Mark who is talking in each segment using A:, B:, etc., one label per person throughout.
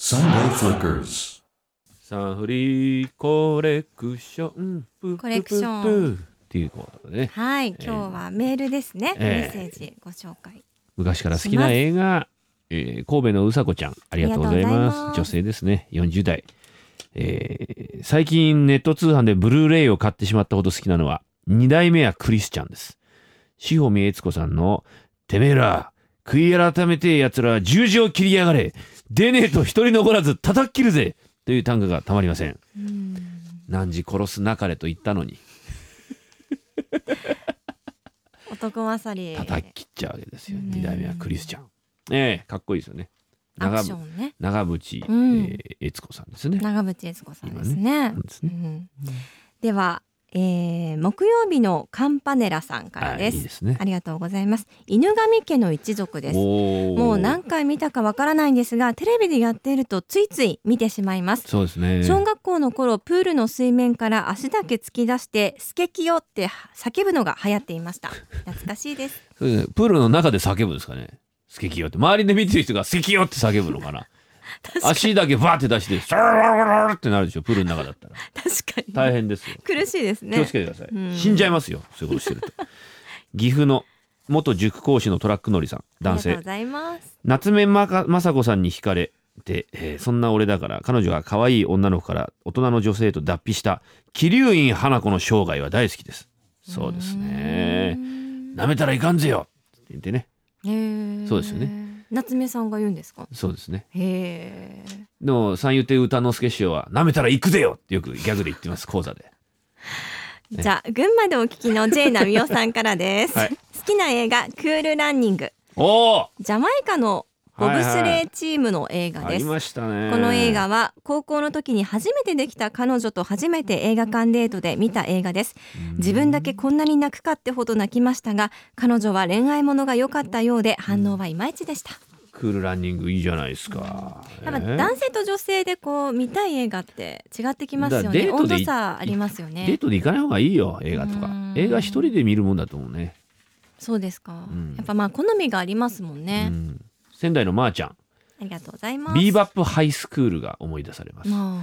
A: Sunday Flickers.
B: サンフリーコレクションプ
C: コレクション
B: プププっていうことでね
C: はい、
B: えー
C: 今日はメールですね、
B: えー
C: メッセージご紹介
B: 昔から好きな映画、えー神戸のうさこちゃんありがとうございま
C: ありがとうございます
B: す女性ですね40代、えー最近ネット通販でブルーレイを買ってしまったほど好きなのは2代目はクリスちゃんです志保美悦子さんの「てめえら悔い改めて奴らは十字を切りやがれ出ねえと一人残らず叩き切るぜ!」という短歌がたまりません
C: うん
B: 何時殺すなかれと言ったのに
C: 男勝り
B: 叩き切っちゃうわけですよ、
C: うん
B: 2代目はクリスちゃんええかっこいいですよね
C: アク
B: 長
C: シ
B: 渕
C: ョンね
B: 長渕、
C: うん
B: えー悦子さんですね。
C: 長渕悦子さんですね
B: そうです
C: う
B: ね
C: ん、では、えー、木曜日のカンパネラさんからで
B: あいい
C: す
B: ですね
C: あ。りがとうございます犬神家の一族です
B: おお。
C: もう何回見たかわからないんですがテレビでやっているとついつい見てしまいます
B: そうですね。
C: 小学校の頃プールの水面から足だけ突き出して「スケキヨ」って叫ぶのが流行っていました懐かしいです
B: そうですねプールの中で叫ぶんですかね。スケキヨって周りで見てる人がスケキヨって叫ぶのかな。
C: 確か
B: 足だけバーって出してシャララララってなるでしょ。プールの中だったら
C: 確か
B: 大
C: に
B: 変ですよ。
C: 苦しいです
B: 気を
C: ね
B: つけてください、
C: うん
B: 死んじゃいますよ。そういうことしてると。岐阜の元塾講師のトラック乗りさん男
C: あ
B: 性
C: りがとうございます
B: 夏目まか雅子さんに惹かれて、えーそんな俺だから彼女が可愛い女の子から大人の女性と脱皮した桐生院花子の生涯は大好きですそうですねなめたらいかんぜよって言ってね
C: へー
B: そうですよ
C: 夏目さんが言うんですか
B: そうですね
C: へえ
B: でも三遊亭歌之助師匠はなめたら行くぜよってよくギャグで言ってます講座で
C: じゃあ群馬でお聞きの J ナミオさんからです、
B: はい
C: 好きな映画クールランニング
B: おお
C: ジャマイカのボブスレーチームの映画
B: あ
C: で
B: り
C: す、
B: ましたね
C: この映画は高校の時に初めてできた彼女と初めて映画館デートで見た映画です自分だけこんなに泣くかってほど泣きましたが彼女は恋愛ものが良かったようで反応はいまいちでした
B: クールランニングいいじゃないですか
C: やっぱ
B: えー
C: 男性と女性でこう見たい映画って違ってきますよ
B: だから
C: ね
B: デート
C: 温
B: で
C: 度差ありますよ
B: デー
C: ね
B: トで行かない方がいいよ映画とか
C: うん
B: 映画一人で見るもんだと思うね
C: そうですか、
B: ん
C: やっぱまあ好みがありますもんね
B: う、ん、仙台のまーちゃん
C: ありがとうございます
B: ビーバップハイスクールが思い出されます
C: ま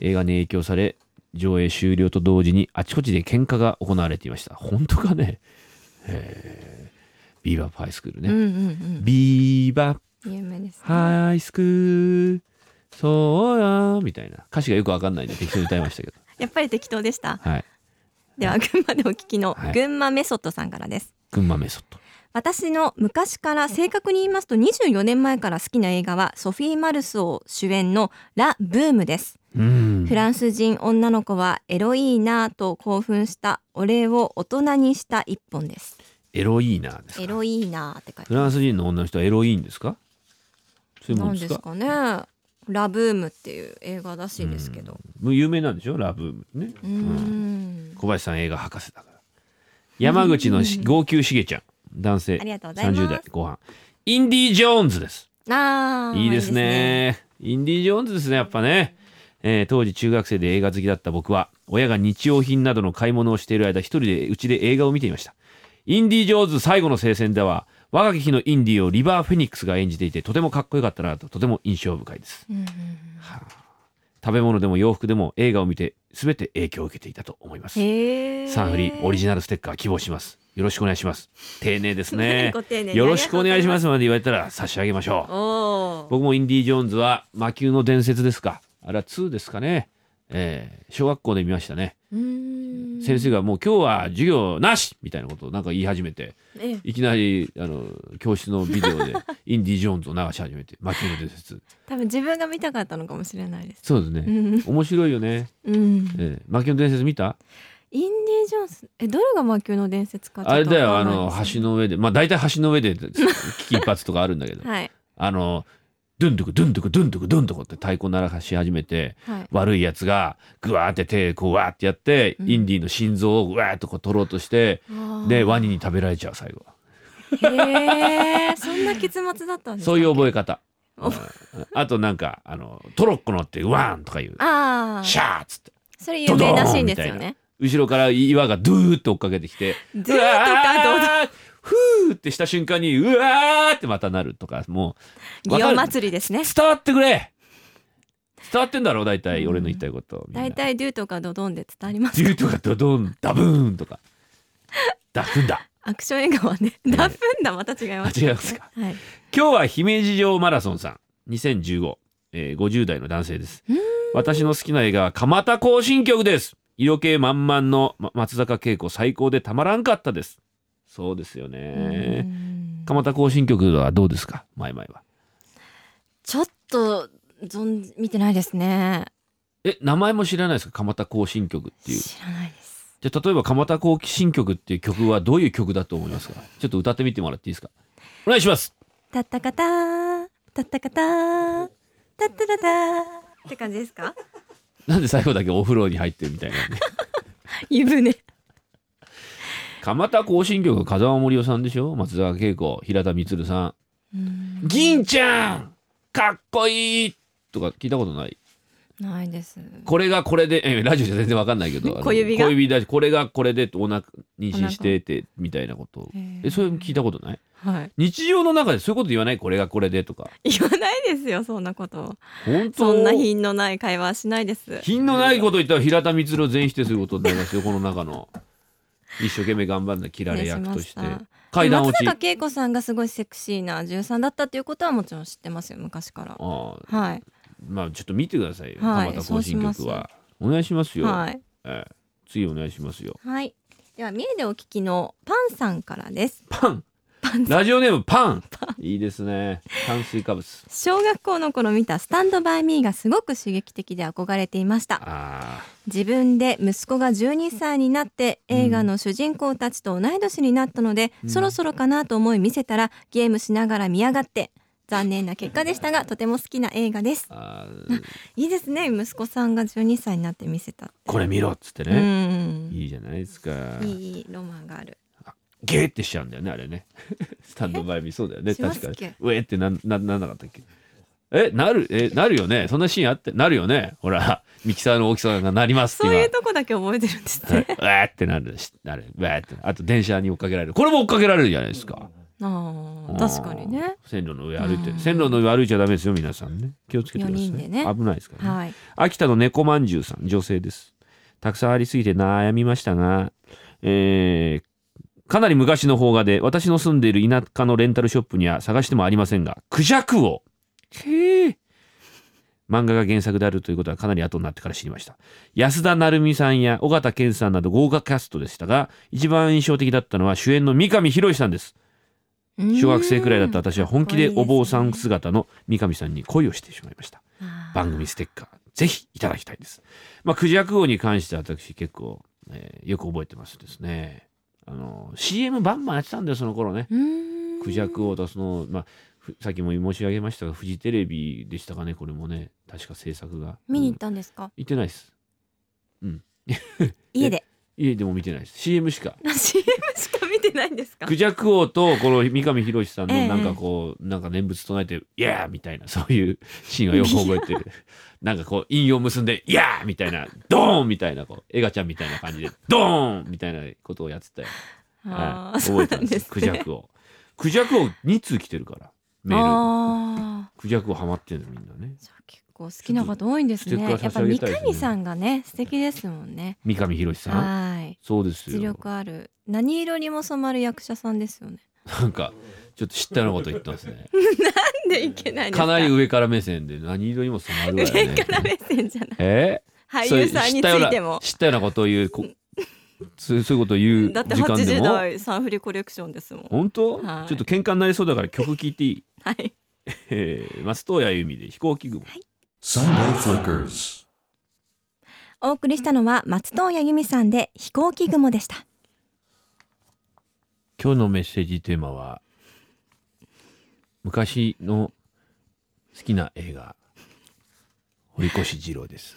B: 映画に影響され上映終了と同時にあちこちで喧嘩が行われていました本当かねへービーバップハイスクール
C: あ、
B: ね、
C: うんうん
B: ビーバップ
C: うん有名です、ね、
B: ハイスクールそうやみたいな歌詞がよくわかんないんで適当に歌いました けど
C: やっぱり適当でした
B: はい
C: では群馬でお聞きの
B: はい
C: 群馬メソッドさんからです
B: 群馬メソッド
C: 私の昔から正確に言いますと24年前から好きな映画はソフィー・マルスを主演のラ・ブームです、
B: うん
C: フランス人女の子はエロいなぁと興奮したお礼を大人にした一本です
B: エロいーナーです
C: エ
B: か
C: ロいなぁって書いて
B: フランス人の女の人はエロいんですかそういうも
C: なんん
B: です
C: です
B: か
C: かねラ・ブームっていう映画らしいですけど
B: もう有名なんでしょラブームね
C: うーん
B: 小林さん映画博士だから山口のし号泣しげちゃん男性
C: ありがとうございます
B: 30代後半インディ・ジョーンズです
C: あー
B: いいですねインディ・ジョーンズですねやっぱね、えー当時中学生で映画好きだった僕は親が日用品などの買い物をしている間一人でうちで映画を見ていましたインディ・ジョーンズ最後の聖戦では若き日のインディをリバー・フェニックスが演じていてとてもかっこよかったなととても印象深いです
C: うんうんうん
B: 食べ物でも洋服でも映画を見て全て影響を受けていたと思います
C: へー。
B: サンフリーオリジナルステッカー希望します。よろしくお願いします。丁寧ですね
C: ご丁寧に
B: よろしくお願いしますまで言われたら差し上げましょう。
C: おー
B: 僕もインディ・ジョーンズは魔球の伝説ですか。あれは2ですかね。えー小学校で見ましたね。
C: うーん
B: 先生がもう今日は授業なしみたいなことをなんか言い始めて、
C: ええ
B: いきなりあの教室のビデオ でインディ・ジョーンズを流し始めて、魔球の伝説。
C: 多分自分が見たかったのかもしれないです。
B: そうです
C: う
B: ね。
C: ん、
B: 面白いよね。
C: うん、
B: えー、魔球の伝説見た
C: インディ・ジョーンズえどれが魔球の伝説かちょっと
B: あれだよ、
C: わ
B: あ
C: かんない
B: の
C: です
B: 橋の上で。まあ大体橋の上 で危機一髪とかあるんだけど。
C: はい
B: あの、ドゥンドゥクドゥンドゥクドゥンドゥクドゥンドゥクって太鼓鳴らし始めて、
C: はい
B: 悪いやつがグワーって手こうわーってやって、
C: うん
B: インディの心臓をグワーっとこう取ろうとして、
C: あー
B: で、ワニに食べられちゃう最後は。
C: へえそんな結末だったんですか
B: そういう覚え方。
C: お
B: うんあとなんか、あの、トロッコ乗ってワーンとかいう、
C: ああ
B: シャーっつって、
C: それ有名なシー
B: ドドーン
C: ンですよ
B: みたい
C: ね
B: 後ろから岩がドゥーって追っかけてきて、
C: ずーっとかどうぞ
B: うわーふーってした瞬間に、うわーってまたなるとか、もう、
C: 祇園
B: わかる
C: 祭りですね
B: 伝わってくれ伝わってんだろう大体俺の言いたいこと、みんな
C: 大体デューとかドドンで伝わります
B: デューとかドドンダブーンとかダフンだ
C: アクション映画はね
B: ええ
C: ダフンだまた違い
B: あ
C: ます
B: 違いますか
C: はい
B: 今日は姫路城マラソンさん2015、えー、50代の男性です
C: うーん
B: 私の好きな映画は蒲田行進曲です色気満々のま松坂慶子最高でたまらんかったですそうですよね
C: うん
B: 蒲田行進曲はどうですか前々は
C: ちょっと存じ見てないですね
B: え名前も知らないですか蒲田行進曲っていう
C: 知らないです
B: じゃあ例えば蒲田行進曲っていう曲はどういう曲だと思いますかちょっと歌ってみてもらっていいですかお願いします
C: たったかたーたったかたーたったらたーって感じで すか
B: なんで最後だけお風呂に入ってるみ たいなね
C: 湯船
B: 蒲田行進曲風間森夫さんでしょ松坂慶子平田充さん
C: うん
B: 銀ちゃんかっこいいとか聞いたことない
C: ないです
B: これがこれで、えラジオじゃ全然わかんないけどあの
C: 小指が
B: 小指だしこれがこれでお腹妊娠しててみたいなことえそれも聞いたことない
C: はい
B: 日常の中でそういうこと言わないこれがこれでとか
C: 言わないですよそんなこと
B: 本当
C: そんな品のない会話はしないです
B: 品のないこと言ったら平田光郎全否定することになりますよこの中の一生懸命頑張んな切られ役として
C: 失礼しまし
B: 階段落ち
C: 松
B: あ
C: 坂慶子さんがすごいセクシーな女優さんだったっていうことはもちろん知ってますよ昔から
B: あ
C: はい
B: まあちょっと見てくださいよ
C: は
B: 蒲
C: い
B: 田行進
C: そう
B: 曲
C: しま
B: はお願いしますよ、
C: はい
B: ええ次お願いしますよ
C: はいでは三重でお聞きのパンさんからです
B: パン
C: パンさん
B: ラジオネームパンいいですね炭水化物
C: 小学校の頃見たスタンドバイミーがすごく刺激的で憧れていました
B: ああ
C: 自分で息子が12歳になって映画の主人公たちと同い年になったので、
B: うん
C: そろそろかなと思い見せたらゲームしながら見やがって残念な結果でしたがとても好きな映画です
B: あー
C: いいですね息子さんが12歳になって見せたって
B: これ見ろっつって
C: う
B: ね、
C: ん
B: いいじゃないですか
C: いいロマンがある
B: ゲーってしちゃうんだよねあれ ねスタンドバイミーそうだよね
C: します
B: 確
C: っ
B: か
C: け
B: にうえってなんななんなかったっけえなるえなるよねそんなシーンあってなるよねほらミキサーの大きさがなります
C: そういう
B: 今
C: とこだけ覚えてるんです
B: は
C: ね
B: い、うえってなるしなるうえってあと電車に追っかけられるこれも追っかけられるじゃないですか、
C: ああ確かにね
B: 線路の上歩いて、
C: うん
B: 線路の上歩いちゃダメですよ皆さんね気をつけてください
C: 四人でね
B: 危ないですからね、
C: はい
B: 秋田の猫まんじゅうさん女性ですたくさんありすぎて悩みましたが、えーかなり昔の邦画で私の住んでいる田舎のレンタルショップには探してもありませんがクジャクをへえ漫画が原作であるということはかなり後になってから知りました安田成美さんや尾形健さんなど豪華キャストでしたが一番印象的だったのは主演の三上博史さんです小学生くらいだった私は本気でお坊さん姿の三上さんに恋をしてしまいました番組ステッカーぜひいただきたいです。まあ、クジャク王に関しては私結構、えーよく覚えてますですね。あの CM バンバンやってたんだよその頃ね。ク
C: ク
B: ジャク王とその、まあ、ふさっきも申し上げましたがフジテレビでしたかねこれもね確か制作が。
C: 見に行
B: うん
C: ったんですか
B: 行ってないです。
C: 家で
B: 家でも見てないです。CM しか。
C: CM しか見てないんですか
B: クジャク王とこの三上博史さん
C: え
B: の
C: え
B: なんかこう、なんか念仏唱えて「イヤー!」みたいなそういうシーンはよく覚えて るなんかこう陰を結んで「イヤー!」みたいな「ドーン!」みたいなこうエガちゃんみたいな感じで「ドーン!」みたいなことをやってたよ、
C: あ
B: は
C: ー
B: い、
C: そう
B: 覚え
C: な
B: て
C: ん
B: ま
C: ですす
B: クジャ
C: ね
B: ク王クジャク王2通来てるからメール
C: あー
B: クジャク王ハマってるのみんなね
C: じゃあ結構好きな方多いんです
B: ちょっ
C: ね
B: と
C: や
B: ステッ
C: っ
B: カ
C: ぱ
B: ー差し上げた
C: 三
B: いですね
C: 上さんがね素敵ですもんね
B: 三上博史さん
C: はい
B: そうです
C: 実
B: よ
C: 力ある何色にも染まる役者さんですよね
B: なんかちょっと知ったようなこと言って ますね
C: なんでいけないんです
B: か
C: か
B: なり上から目線で何色にも染まるわよね
C: 上から目線じゃない
B: えー
C: 俳優さんについても
B: 知ったような知ったようなことを言う こそうそういうことを言う
C: だって
B: 時間で
C: 80
B: も
C: 代サンフリコレクションですもん
B: 本当、
C: はい
B: ちょっと喧嘩になりそうだから曲聞いていい、
C: はい
B: えー、松任谷由実で飛行機雲
A: Sunday Flickers.
C: お送りしたのは松任谷由実さんで飛行機雲でした
B: 今日のメッセージテーマは昔の好きな映画堀越二郎です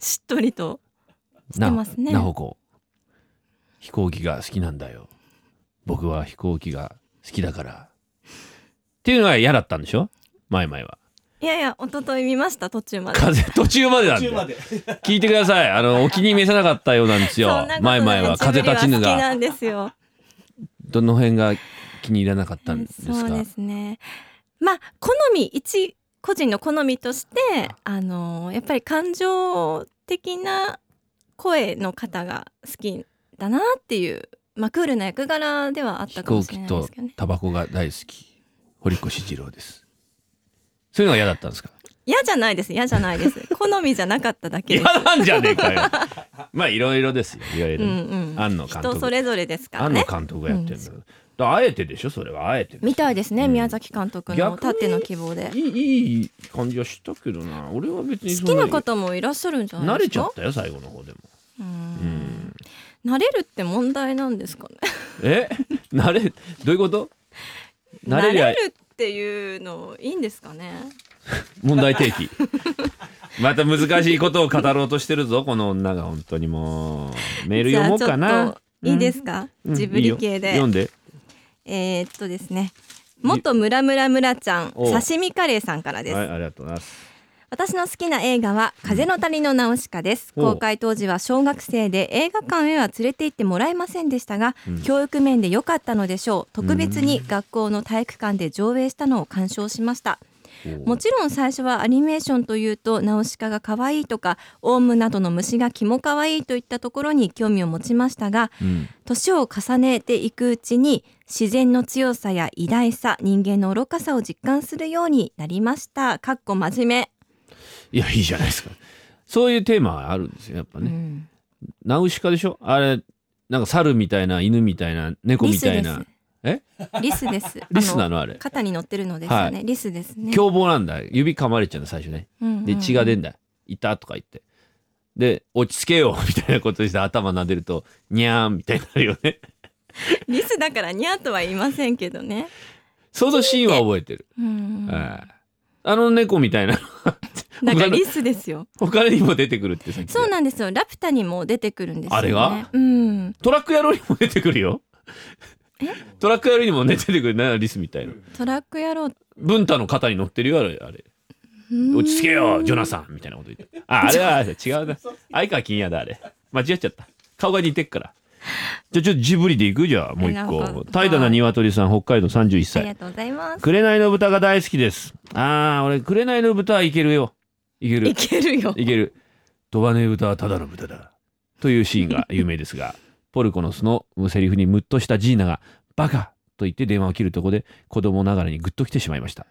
C: しっとりと
B: な
C: てますね
B: なほこ飛行機が好きなんだよ僕は飛行機が好きだからっていうのが嫌だったんでしょ前々は。
C: いやいや一昨日見ました途中まで
B: 風途中までなんだよ聞いてくださいあのお気に召さなかったようなんですよ
C: そんなことない
B: 前々は風立ちぬ
C: ジブリは好き
B: が
C: なんですよ
B: どの辺が気に入らなかったんですか
C: そうですねまあ好み一個個人の好みとしてあのやっぱり感情的な声の方が好きだなっていう、まあ、クールな役柄ではあっ
B: 飛
C: たかも
B: 行
C: し
B: 機
C: れないで
B: と
C: すけどね
B: タバコが大好き堀越二郎ですそういうのが嫌だったんですか
C: 嫌じゃないです嫌じゃないです好みじゃなかっただけ
B: 嫌
C: です、
B: なんじゃねえかよ まあいろいろですよいわゆ
C: う
B: る、
C: んうん、
B: 庵野監督
C: 人それぞれですから
B: 庵野
C: ね
B: 監督がやってるんだけど、だからあえてでしょそれはあえてです
C: みたいですね、
B: うん
C: 宮崎監督
B: 逆
C: の
B: に
C: 縦の希望で
B: いいいい感じはしたけどな俺は別にそ
C: 好
B: ん
C: き
B: に
C: な方もいらっしゃるんじゃな
B: 慣れ
C: いです
B: ちゃっ
C: か
B: たよ最後の方でも
C: う
B: うんん
C: 慣れるって問題なんですかね
B: え慣れどういうこと慣
C: 慣
B: れ
C: れ
B: りゃ
C: るっていうのいいんですかね
B: 問題提起 また難しいことを語ろうとしてるぞこの女が本当にもうメール読もうか
C: じゃあちょっ
B: な
C: といいですすか、ジブリ系で
B: 読んで
C: えーっとですね元ムラムラムラちゃん
B: おう
C: 刺身カレーさんからです、
B: はいありがとうございます
C: 私の好きな映画は風の谷のナウシカです
B: おう
C: 公開当時は小学生で映画館へは連れて行ってもらえませんでしたが、
B: うん
C: 教育面で良かったのでしょう特別に学校の体育館で上映したのを鑑賞しましたもちろん最初はアニメーションというとナウシカが可愛いとかオウムなどの虫がキモ可愛いといったところに興味を持ちましたが
B: うん
C: 年を重ねていくうちに自然の強さや偉大さ人間の愚かさを実感するようになりましたかっこ真面目
B: いやいいじゃないですかそういうテーマはあるんですよやっぱね、ナウシカでしょあれなんか猿みたいな犬みたいな猫
C: リ
B: み
C: ス
B: たい
C: で
B: な
C: す
B: え
C: リスです
B: リスな
C: あの
B: のあれ
C: 肩に乗ってるのですよね、リスですね
B: 凶暴なんだ指噛まれちゃうんだ最初ね
C: うんうん
B: で血が出んだ「いた」とか言ってで「落ち着けよ」みたいなことして頭撫でると「にゃーん」みたいになるよね
C: リスだからニャーとは言いませんけどね、
B: そのシーンは覚えてる、
C: うんうん
B: はいあの猫みたいな
C: なんかリスですよ
B: 他にも出てくるってさっき
C: そうなんですよラピュタにも出てくるんですよね
B: あれが
C: うん
B: トラック野郎にも出てくるよトラック野郎にもね出てくるなリスみたいな
C: トラック野郎う
B: 文太の肩に乗ってるよあれあれ
C: ーん
B: 落ち着けよジョナサンみたいなこと言ってああれは違うな相川金也だあれ間違っちゃった顔が似てっからじゃあちょっとジブリでいくじゃあもう一
C: なん
B: 個
C: か
B: 怠惰な鶏さん北海道31
C: あ
B: 歳
C: りがとうございます
B: 紅の豚が大好きです。ああ、俺紅の豚はいけるよ。いける。
C: いけるよ
B: いける。飛ばねえ豚はただの豚だ。というシーンが有名ですが、ポルコのスのセリフにムッとしたジーナがバカと言って電話を切るとこで子供ながらにグッと来てしまいました。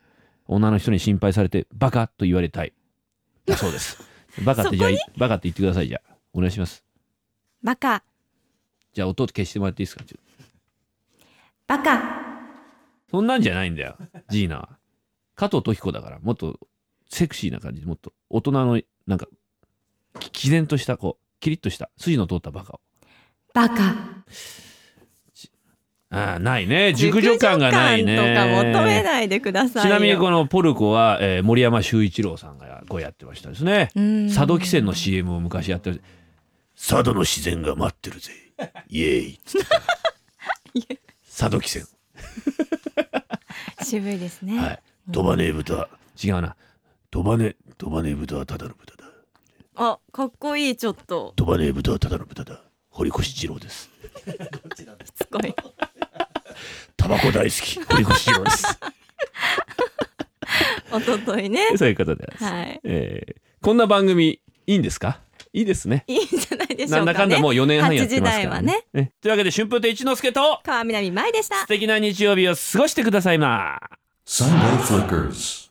B: 女の人に心配されてバカと言われたい。だそうです。バカってじゃあバカって言ってくださいじゃあお願いします。
C: バカ
B: じゃあ音消してもらっていいですか。ちょ
C: バカ
B: そんなんじゃないんだよ、ジーナは。加藤時子だから、もっとセクシーな感じで、もっと大人の、なんか、き毅然とした、こう、キリッとした、筋の通ったバカを。
C: バカ
B: ああ、ないね。熟女感がないね。
C: 熟女感とか求めないでください
B: ちなみにこ
C: の
B: のポルコは、えー森山修一郎さんがこうやってましたですね。佐渡汽船の CM を昔やってる。佐渡の自然が待ってるぜ。イエーイ。つって佐渡汽船。
C: 渋いですね、
B: はい。
A: 飛ばねえ豚。
B: 違うな。
A: 飛ばねえ、飛ばねえ豚はただの豚だ。
C: あかっこいいちょっと
A: 飛ばねえ豚はただの豚だ。堀越二郎です。
C: しつこい
A: タバコ大好き。堀越二郎です。
C: おとといね
B: そういうことです。
C: はい
B: えーこんな番組いいんですかいいですね。
C: いいんじゃないでしょうかね
B: なんだかんだもう4年半やってます
C: 8時台
B: か
C: は
B: ら
C: ね
B: ね。ねというわけで春風亭一之輔と
C: 川南舞でした
B: 素敵な日曜日を過ごしてくださいな。
A: Sunday Flickers.